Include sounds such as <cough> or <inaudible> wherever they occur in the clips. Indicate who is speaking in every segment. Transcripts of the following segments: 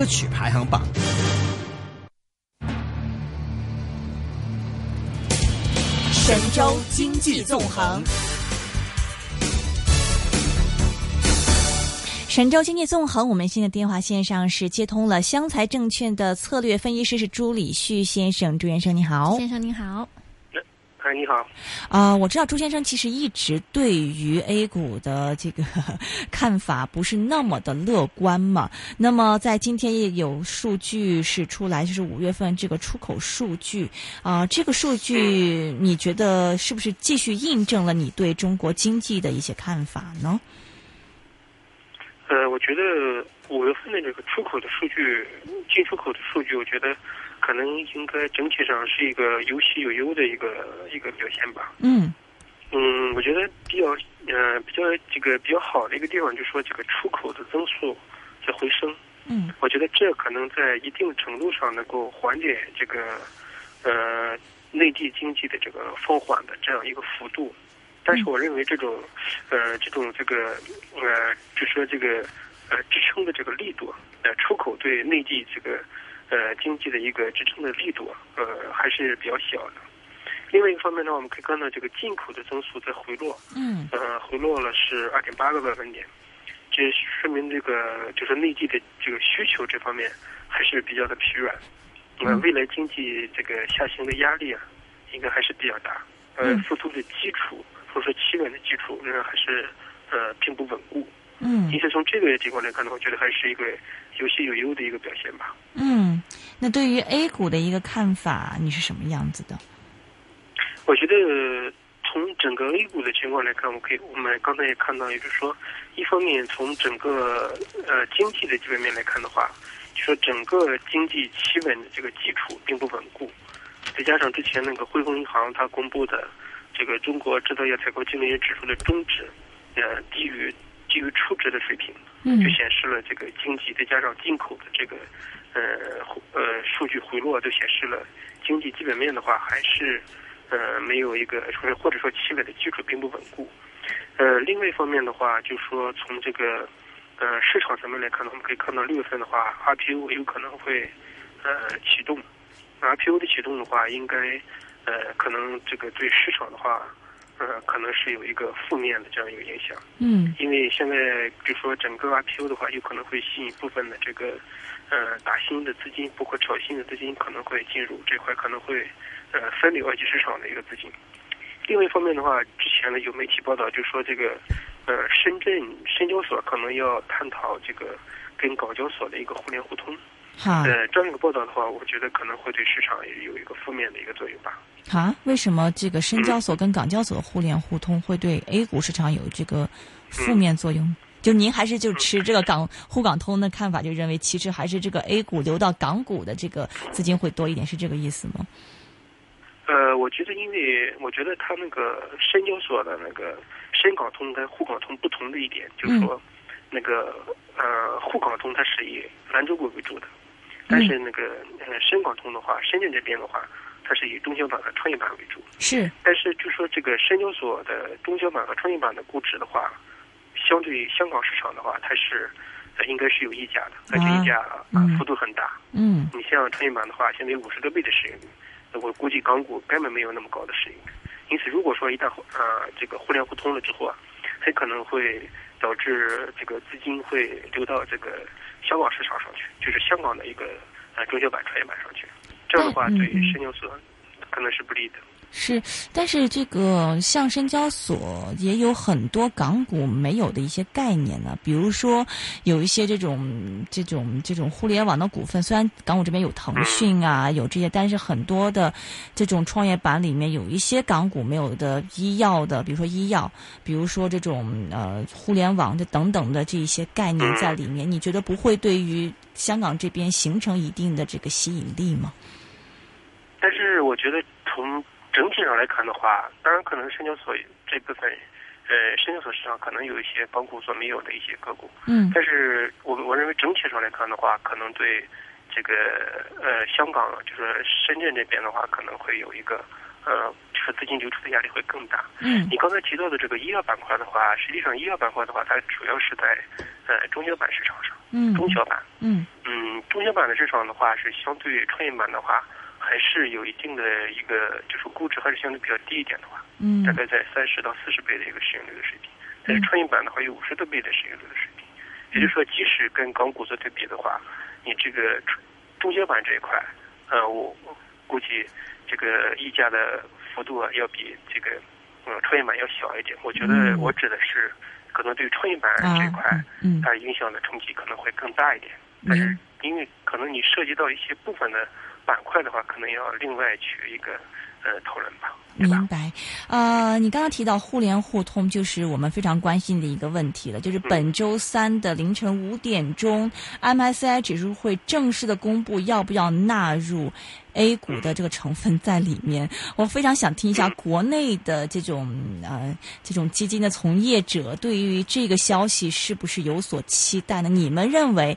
Speaker 1: 歌曲排行榜。
Speaker 2: 神州经济纵横。
Speaker 3: 神州经济纵横，我们现在电话线上是接通了湘财证券的策略分析师是朱礼旭先生，朱先生你好。
Speaker 4: 先生您好，
Speaker 5: 哎，你好，
Speaker 3: 啊、我知道朱先生其实一直对于 A 股的这个看法不是那么的乐观嘛。 <laughs> 那么在今天也有数据是出来，就是五月份这个出口数据啊、这个数据你觉得是不是继续印证了你对中国经济的一些看法呢？
Speaker 5: 呃，我觉得五月份的这个出口的数据，进出口的数据，我觉得可能应该整体上是一个有喜有忧的一个一个表现吧。
Speaker 3: 嗯
Speaker 5: 嗯，我觉得比较呃比较这个比较好的一个地方，就说这个出口的增速在回升，
Speaker 3: 嗯
Speaker 5: 我觉得这可能在一定程度上能够缓解这个呃内地经济的这个放缓的这样一个幅度。但是我认为这种呃这种这个呃就说这个呃支撑的这个力度，呃出口对内地这个呃经济的一个支撑的力度，呃还是比较小的。另外一个方面呢，我们可以看到这个进口的增速在回落，
Speaker 3: 嗯
Speaker 5: 呃，回落了是二点八个百分点，这说明这个就是内地的这个需求这方面还是比较的疲软，呃，
Speaker 3: 嗯
Speaker 5: 未来经济这个下行的压力啊，应该还是比较大，呃
Speaker 3: 嗯，
Speaker 5: 复苏的基础或者说企稳的基础仍然还是呃并不稳固，
Speaker 3: 嗯
Speaker 5: 因此从这个情况来看的话，我觉得还是一个有喜有忧的一个表现吧。
Speaker 3: 嗯。那对于 A 股的一个看法，你是什么样子的？
Speaker 5: 我觉得呃从整个 A 股的情况来看，我可以我们刚才也看到，也就是说，一方面从整个呃经济的基本面来看的话，就说整个经济企稳的这个基础并不稳固，再加上之前那个汇丰银行它公布的这个中国制造业采购经理人指数的终值，呃低于低于初值的水平，
Speaker 3: 嗯
Speaker 5: 就显示了这个经济再加上进口的这个呃回呃数据回落，都显示了经济基本面的话还是呃没有一个或者或者说企稳的基础并不稳固。呃，另外一方面的话，就说从这个呃市场层面来看呢，我们可以看到六月份的话，IPO 有可能会呃启动，IPO 的启动的话，应该呃可能这个对市场的话，呃可能是有一个负面的这样一个影响。
Speaker 3: 嗯
Speaker 5: 因为现在比如说整个 IPO 的话，有可能会吸引部分的这个呃打新的资金，包括炒新的资金可能会进入这块，可能会呃分离外界市场的一个资金。另外一方面的话，之前呢有媒体报道就说这个呃深圳深交所可能要探讨这个跟港交所的一个互联互通。
Speaker 3: 哈
Speaker 5: 呃，这样一个报道的话，我觉得可能会对市场有一个负面的一个作用吧。
Speaker 3: 哈，为什么这个深交所跟港交所的互联互通会对 A 股市场有这个负面作用？就您还是就持这个港沪港通的看法，就认为其实还是这个 A 股流到港股的这个资金会多一点，是这个意思吗？
Speaker 5: 呃，我觉得，因为我觉得它那个深交所的那个深港通跟沪港通不同的一点，就是说，那个呃沪港通它是以兰州股为主的，但是那个呃深港通的话，深圳这边的话，它是以中小板和创业板为主。
Speaker 3: 是，
Speaker 5: 但是就说这个深交所的中小板和创业板的估值的话，相对于香港市场的话，它是呃应该是有溢价的，但是溢价啊、
Speaker 3: 嗯
Speaker 5: 幅度很大。
Speaker 3: 嗯
Speaker 5: 你像创业板的话，现在有五十多倍的市盈率，那我估计港股根本没有那么高的市盈率。因此，如果说一旦呃这个互联互通了之后啊，很可能会导致这个资金会流到这个香港市场上去，就是香港的一个呃中小板、创业板上去。这样的话，
Speaker 3: 嗯嗯
Speaker 5: 对
Speaker 3: 嗯
Speaker 5: 深交所可能是不利的。
Speaker 3: 是，但是这个像深交所也有很多港股没有的一些概念呢，比如说有一些这种这种这种互联网的股份，虽然港股这边有腾讯啊，有这些，但是很多的这种创业板里面有一些港股没有的医药的，比如说医药，比如说这种呃互联网这等等的这一些概念在里面，你觉得不会对于香港这边形成一定的这个吸引力吗？
Speaker 5: 但是我觉得从整体上来看的话，当然可能深交所这部分，呃，深交所市场可能有一些港股所没有的一些个股，
Speaker 3: 嗯
Speaker 5: 但是我我认为整体上来看的话，可能对这个呃香港就是深圳这边的话，可能会有一个呃就是资金流出的压力会更大。
Speaker 3: 嗯
Speaker 5: 你刚才提到的这个医药板块的话，实际上医药板块的话，它主要是在呃中小板市场上，
Speaker 3: 嗯
Speaker 5: 中小板，
Speaker 3: 嗯
Speaker 5: 嗯，中车版的市场的话，是相对创业板的话，还是有一定的一个就是估值还是相对比较低一点的话，
Speaker 3: 嗯
Speaker 5: 大概在三十到四十倍的一个市盈率的水平。但是创业板的话有五十多倍的市盈率的水平，也就是说，
Speaker 3: 嗯
Speaker 5: 即使跟港股做对比的话，你这个中小板这一块，呃，我估计这个溢价的幅度啊，要比这个呃创业板要小一点。我觉得
Speaker 3: 嗯
Speaker 5: 我指的是，可能对创业板这一块，
Speaker 3: 啊，嗯
Speaker 5: 它影响的冲击可能会更大一点。但是
Speaker 3: 嗯，
Speaker 5: 因为可能你涉及到一些部分的板块的话，可能要另外去一个呃讨论吧，对吧
Speaker 3: 明？白。呃，你刚刚提到互联互通，就是我们非常关心的一个问题了，就是
Speaker 5: 嗯
Speaker 3: 本周三的凌晨五点钟，MSCI 指数会正式的公布要不要纳入 A 股
Speaker 5: 嗯
Speaker 3: 的这个成分在里面。我非常想听一下国内的这种呃这种基金的从业者对于这个消息是不是有所期待呢？你们认为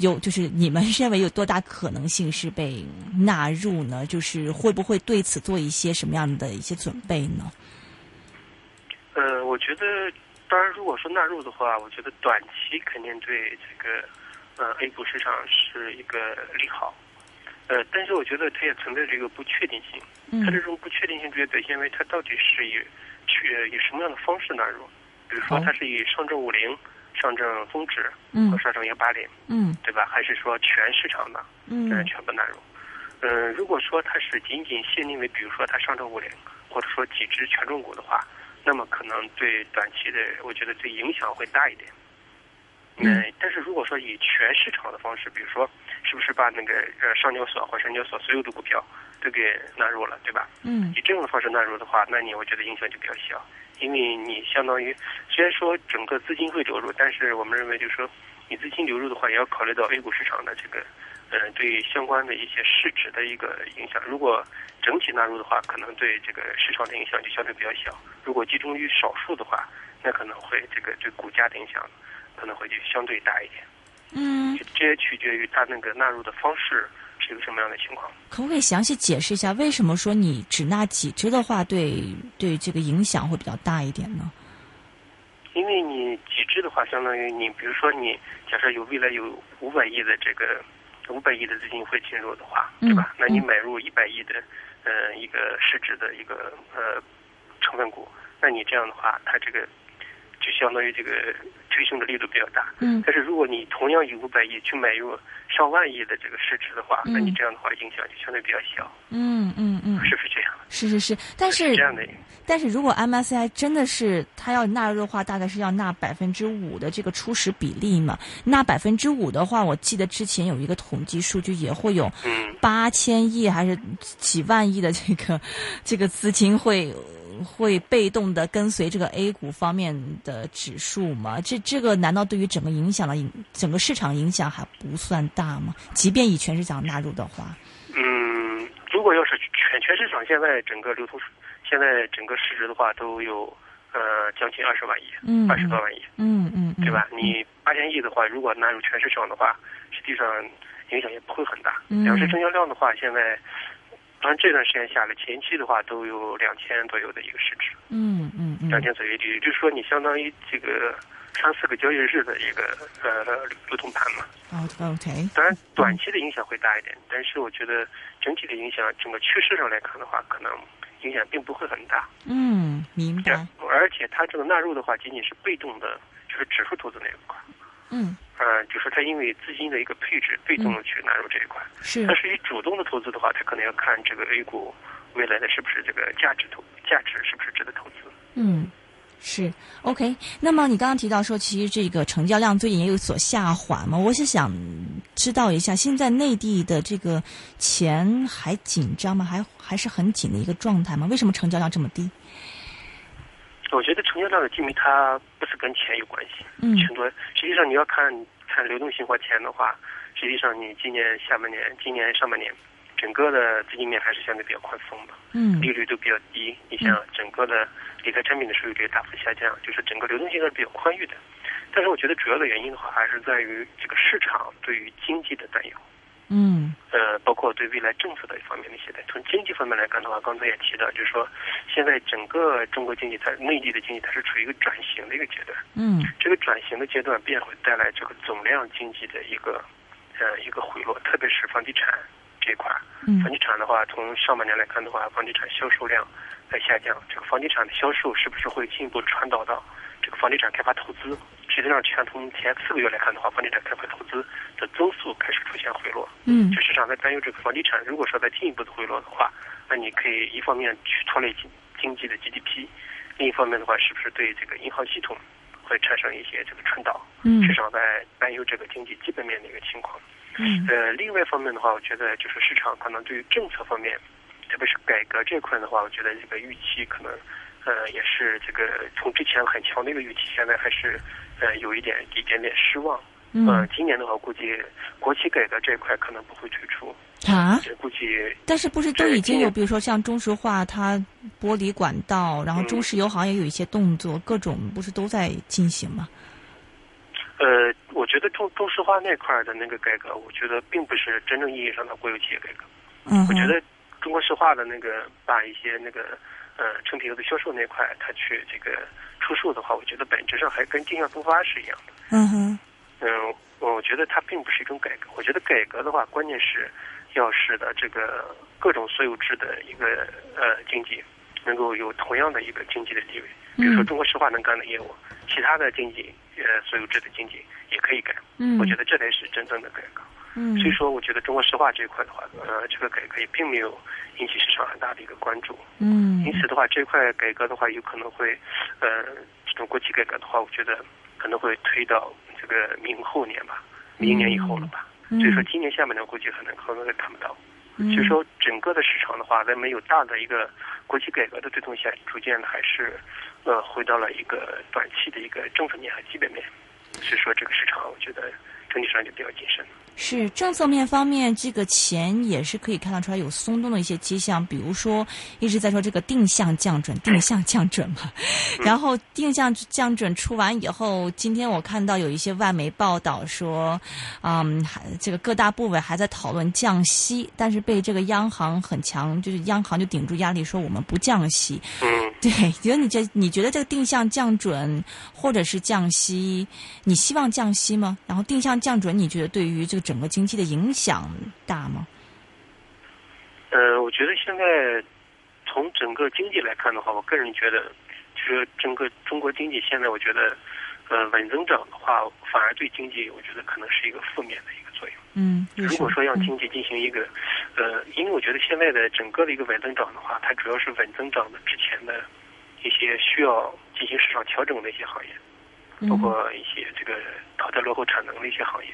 Speaker 3: 有就是你们认为有多大可能性是被纳入呢？就是会不会对此做一些什么样的一些准备呢？
Speaker 5: 呃，我觉得，当然，如果说纳入的话，我觉得短期肯定对这个呃 A 股市场是一个利好。呃，但是我觉得它也存在这个不确定性。
Speaker 3: 嗯
Speaker 5: 它这种不确定性主要表现为它到底是以去以什么样的方式纳入，比如说
Speaker 3: 好
Speaker 5: 它是以上证五零、上证综指
Speaker 3: 嗯
Speaker 5: 和上证幺八零，
Speaker 3: 嗯
Speaker 5: 对吧？还是说全市场纳？嗯，
Speaker 3: 嗯
Speaker 5: 全部纳入。嗯，如果说它是仅仅限定为，比如说它上证五零，或者说几只权重股的话，那么可能对短期的，我觉得对影响会大一点。嗯，但是如果说以全市场的方式，比如说是不是把那个呃上交所或深交所所有的股票都给纳入了，对吧？
Speaker 3: 嗯
Speaker 5: 以这种方式纳入的话，那你我觉得影响就比较小，因为你相当于虽然说整个资金会流入，但是我们认为就是说，你资金流入的话，也要考虑到 A 股市场的这个，呃，对相关的一些市值的一个影响。如果整体纳入的话，可能对这个市场的影响就相对比较小；如果集中于少数的话，那可能会这个对股价的影响可能会就相对大一点。
Speaker 3: 嗯，
Speaker 5: 这这也取决于它那个纳入的方式是一个什么样的情况。
Speaker 3: 可不可以详细解释一下，为什么说你只纳几只的话，对对这个影响会比较大一点呢？
Speaker 5: 因为你几只的话，相当于你，比如说你假设有未来有五百亿的这个五百亿的资金会进入的话，
Speaker 3: 嗯
Speaker 5: 对吧？那你
Speaker 3: 嗯
Speaker 5: 买入一百亿的呃一个市值的一个呃成分股，那你这样的话，它这个就相当于这个推升的力度比较大。
Speaker 3: 嗯
Speaker 5: 但是如果你同样以五百亿去买入上万亿的这个市值的话，
Speaker 3: 嗯
Speaker 5: 那你这样的话影响就相对比较小，
Speaker 3: 嗯嗯嗯，
Speaker 5: 是不是这样？
Speaker 3: 是是是，但是
Speaker 5: 这样的一个。
Speaker 3: 但是如果 MSCI 真的是它要纳入的话，大概是要纳百分之五的这个初始比例嘛？纳百分之五的话，我记得之前有一个统计数据，也会有
Speaker 5: 嗯
Speaker 3: 八千亿还是几万亿的这个 <laughs> 这个资金会会被动的跟随这个 A 股方面的指数嘛？这这个难道对于整个影响的影整个市场影响还不算大吗？即便以全市场纳入的话，
Speaker 5: 嗯，如果要是全全市场现在整个流通，现在整个市值的话都有呃将近二十万亿，
Speaker 3: 嗯
Speaker 5: 二十多万亿，
Speaker 3: 嗯嗯，嗯
Speaker 5: 对吧？你八千亿的话，如果纳入全市场的话，实际上影响也不会很大。
Speaker 3: 嗯
Speaker 5: 两市成交量的话，现在当然这段时间下来，前期的话都有两千左右的一个市值，
Speaker 3: 嗯嗯嗯
Speaker 5: 两千左右，也就是说你相当于这个三四个交易日的一个呃流通盘嘛。
Speaker 3: 哦，OK，
Speaker 5: 当然，短期的影响会大一点，但是我觉得整体的影响，整个趋势上来看的话，可能影响并不会很大。
Speaker 3: 嗯，明白。
Speaker 5: 而且它这个纳入的话，仅仅是被动的，就是指数投资那一块。
Speaker 3: 嗯，
Speaker 5: 呃，就是它因为资金的一个配置，被动的去纳入这一块。
Speaker 3: 是
Speaker 5: 但，是，以主动的投资的话，它可能要看这个 A 股未来的是不是这个价值投价值是不是值得投资。
Speaker 3: 嗯，是 OK。那么你刚刚提到说，其实这个成交量最近也有所下滑嘛，我是想知道一下，现在内地的这个钱还紧张吗？还还是很紧的一个状态吗？为什么成交量这么低？
Speaker 5: 我觉得成交量的低迷，它不是跟钱有关系。
Speaker 3: 嗯
Speaker 5: 很多实际上你要看看流动性和钱的话，实际上你今年下半年、今年上半年，整个的资金面还是相对比较宽松的，
Speaker 3: 嗯
Speaker 5: 利率都比较低。你像整个的理财产品的收益率大幅下降，就是整个流动性还是比较宽裕的。但是我觉得主要的原因的话，还是在于这个市场对于经济的担忧。
Speaker 3: 嗯
Speaker 5: 呃，包括对未来政策的一方面的期待。从经济方面来看的话，刚才也提到，就是说，现在整个中国经济它内地的经济它是处于一个转型的一个阶段。
Speaker 3: 嗯
Speaker 5: 这个转型的阶段便会带来这个总量经济的一个呃一个回落，特别是房地产这一块儿。
Speaker 3: 嗯
Speaker 5: 房地产的话，从上半年来看的话，房地产销售量在下降，这个房地产的销售是不是会进一步传导到这个房地产开发投资？实际上，全从前四个月来看的话，房地产开发投资的增速开始出现回落。
Speaker 3: 嗯
Speaker 5: 就市场在担忧这个房地产，如果说再进一步的回落的话，那你可以一方面去拖累经经济的 GDP，另一方面的话，是不是对这个银行系统会产生一些这个传导？
Speaker 3: 嗯
Speaker 5: 市场在担忧这个经济基本面的一个情况。
Speaker 3: 嗯
Speaker 5: 呃，另外一方面的话，我觉得就是市场可能对于政策方面，特别是改革这一块的话，我觉得这个预期可能，呃，也是这个从之前很强的一个预期，现在还是，呃，有一点一点点失望。呃
Speaker 3: 嗯
Speaker 5: 今年的话，估计国企改革这一块可能不会推出，
Speaker 3: 啊！
Speaker 5: 呃估计
Speaker 3: 但是不是都已经有，比如说像中石化，它玻璃管道，然后
Speaker 5: 嗯
Speaker 3: 中石油好像也有一些动作，各种不是都在进行吗？
Speaker 5: 呃，我觉得中中石化那块儿的那个改革，我觉得并不是真正意义上的国有企业改革。
Speaker 3: 嗯
Speaker 5: 我
Speaker 3: 哼，
Speaker 5: 觉得中国石化的那个把一些那个呃成品油的销售那块，它去这个出售的话，我觉得本质上还跟定向分发是一样的。
Speaker 3: 嗯哼，
Speaker 5: 嗯，我觉得它并不是一种改革。我觉得改革的话，关键是要使得这个各种所有制的一个呃经济能够有同样的一个经济的地位。
Speaker 3: 嗯
Speaker 5: 比如说中国石化能干的业务，其他的经济呃所有制的经济也可以干。
Speaker 3: 嗯，
Speaker 5: 我觉得这才是真正的改革。
Speaker 3: 嗯，
Speaker 5: 所以说，我觉得中国石化这一块的话，呃，这个改革也并没有引起市场很大的一个关注。
Speaker 3: 嗯，
Speaker 5: 因此的话，这块改革的话，有可能会，呃，这种国企改革的话，我觉得可能会推到这个明后年吧，明年以后了吧。
Speaker 3: 嗯
Speaker 5: 所以说，今年下半年估计可能可能也看不到。
Speaker 3: 嗯
Speaker 5: 所以说，整个的市场的话，在没有大的一个国企改革的推动下，逐渐的还是，呃，回到了一个短期的一个政策面和基本面。所以说，这个市场我觉得整体上就比较谨慎。
Speaker 3: 是政策面方面，这个钱也是可以看得出来有松动的一些迹象，比如说一直在说这个定向降准，
Speaker 5: 嗯
Speaker 3: 定向降准嘛。 <laughs> 然后定向降准出完以后，今天我看到有一些外媒报道说，嗯，还这个各大部委还在讨论降息，但是被这个央行很强，就是央行就顶住压力说我们不降息。
Speaker 5: 嗯。
Speaker 3: <laughs> 对，觉得你这你觉得这个定向降准或者是降息，你希望降息吗？然后定向降准，你觉得对于这个整个经济的影响大吗？
Speaker 5: 呃，我觉得现在从整个经济来看的话，我个人觉得，就是整个中国经济现在，我觉得，呃，稳增长的话，反而对经济，我觉得可能是一个负面的一个作用。
Speaker 3: 嗯，
Speaker 5: 如果说让
Speaker 3: 嗯
Speaker 5: 经济进行一个，呃，因为我觉得现在的整个的一个稳增长的话，它主要是稳增长的之前的一些需要进行市场调整的一些行业。
Speaker 3: 嗯
Speaker 5: 包括一些这个淘汰落后产能的一些行业。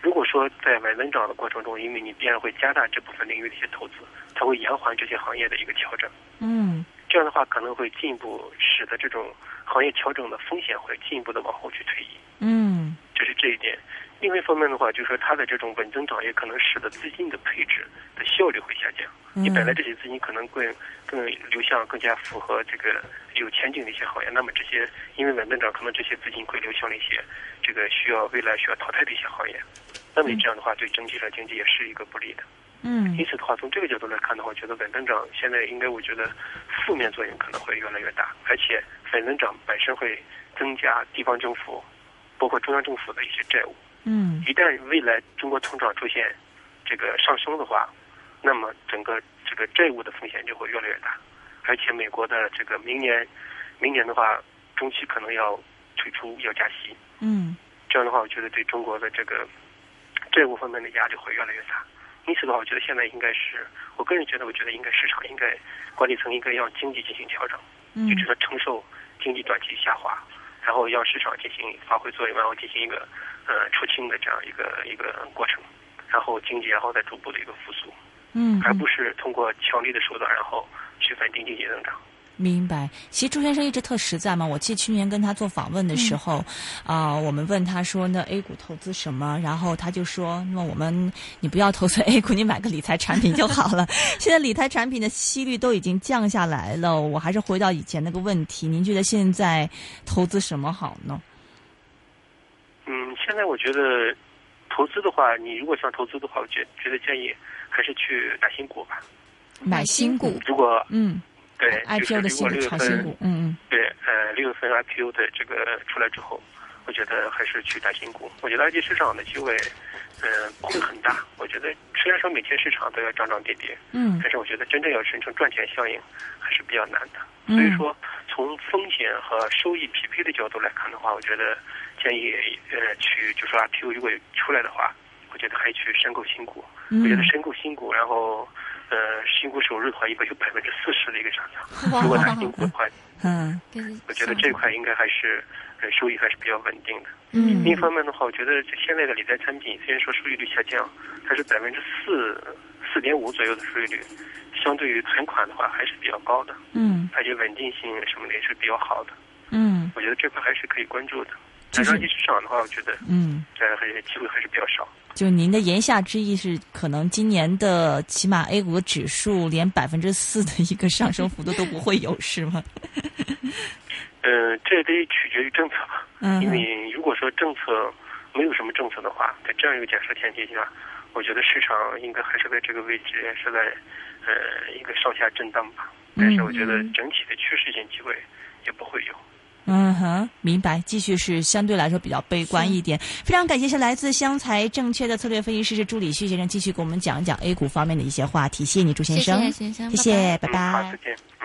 Speaker 5: 如果说在稳增长的过程中，因为你必然会加大这部分领域的一些投资，它会延缓这些行业的一个调整。
Speaker 3: 嗯
Speaker 5: 这样的话，可能会进一步使得这种行业调整的风险会进一步的往后去推移，
Speaker 3: 嗯
Speaker 5: 这是这一点。另外一方面的话，就是说它的这种稳增长也可能使得资金的配置的效率会下降。
Speaker 3: 嗯，
Speaker 5: 你本来这些资金可能更更流向更加符合这个有前景的一些行业，那么这些因为稳增长，可能这些资金会流向了一些这个需要未来需要淘汰的一些行业。那么你这样的话，对整体上经济也是一个不利的。
Speaker 3: 嗯
Speaker 5: 因此的话，从这个角度来看的话，我觉得稳增长现在应该，我觉得负面作用可能会越来越大，而且稳增长本身会增加地方政府，包括中央政府的一些债务。
Speaker 3: 嗯
Speaker 5: 一旦未来中国通胀出现这个上升的话，那么整个这个债务的风险就会越来越大，而且美国的这个明年，明年的话，中期可能要退出要加息，
Speaker 3: 嗯
Speaker 5: 这样的话，我觉得对中国的这个债务方面的压力会越来越大。因此的话，我觉得现在应该是，我个人觉得，我觉得应该市场应该管理层应该让经济进行调整，
Speaker 3: 嗯
Speaker 5: 就只能承受经济短期下滑，然后让市场进行发挥作用，然后进行一个呃出清的这样一个一个过程，然后经济然后再逐步的一个复苏，
Speaker 3: 嗯，
Speaker 5: 而不是通过强力的手段然后去稳定经济增长。
Speaker 3: 明白。其实朱先生一直特实在嘛，我记得去年跟他做访问的时候，啊、我们问他说那 A 股投资什么，然后他就说，那么我们你不要投资 A 股，你买个理财产品就好 <laughs> 了。现在理财产品的息率都已经降下来了，我还是回到以前那个问题，您觉得现在投资什么好呢？
Speaker 5: 嗯，现在我觉得投资的话，你如果想投资的话，我觉觉得建议还是去打新股吧。
Speaker 3: 买新股，
Speaker 5: 如果
Speaker 3: 嗯
Speaker 5: 对，就是
Speaker 3: ，IPO 的
Speaker 5: 如
Speaker 3: 新
Speaker 5: 果
Speaker 3: 股
Speaker 5: 六月
Speaker 3: 炒新
Speaker 5: 份
Speaker 3: 股，嗯嗯
Speaker 5: 对，呃，六月份 IPO 的这个出来之后，我觉得还是去大新股。我觉得 IT 市场的机会，呃，不会很大。我觉得虽然说每天市场都要涨涨跌跌，
Speaker 3: 嗯
Speaker 5: 但是我觉得真正要形成赚钱效应还是比较难的。
Speaker 3: 嗯
Speaker 5: 所以说，从风险和收益匹配的角度来看的话，我觉得建议呃去就说 IPO 如果出来的话，我觉得还去申购新股。
Speaker 3: 嗯
Speaker 5: 我觉得申购新股，然后呃新股首日的话，一般有百分之四十的一个上涨。
Speaker 1: 哇
Speaker 5: 如果打新股的话，
Speaker 3: 嗯
Speaker 1: 跟
Speaker 5: 我觉得这块应该还是呃收益还是比较稳定的。
Speaker 3: 嗯
Speaker 5: 另一方面的话，我觉得现在的理财产品虽然说收益率下降，它是百分之四四点五左右的收益率，相对于存款的话还是比较高的，
Speaker 3: 嗯
Speaker 5: 而且稳定性什么的也是比较好的。
Speaker 3: 嗯
Speaker 5: 我觉得这块还是可以关注的。
Speaker 3: 就
Speaker 5: 但
Speaker 3: 是
Speaker 5: 是二级市场的话，我觉得
Speaker 3: 嗯，
Speaker 5: 呃还是机会还是比较少。
Speaker 3: 就您的言下之意是，可能今年的起码 A 股指数连百分之四的一个上升幅度都不会有，是
Speaker 1: <laughs>
Speaker 3: 吗？
Speaker 5: 呃，这得取决于政策吧。
Speaker 3: 嗯
Speaker 5: 因为如果说政策没有什么政策的话，在这样一个假设前提下，我觉得市场应该还是在这个位置，也是在呃一个上下震荡吧。但是我觉得整体的趋势性机会也不会有。
Speaker 3: 嗯哼，明白。继续是相对来说比较悲观一点。非常感谢是来自湘财证券的策略分析师朱礼旭先生，继续给我们讲一讲 A 股方面的一些话题。谢谢你，朱先
Speaker 1: 谢
Speaker 3: 生，
Speaker 1: 谢先生，
Speaker 3: 谢谢，拜
Speaker 5: 嗯，好，
Speaker 3: 拜
Speaker 5: 再。见。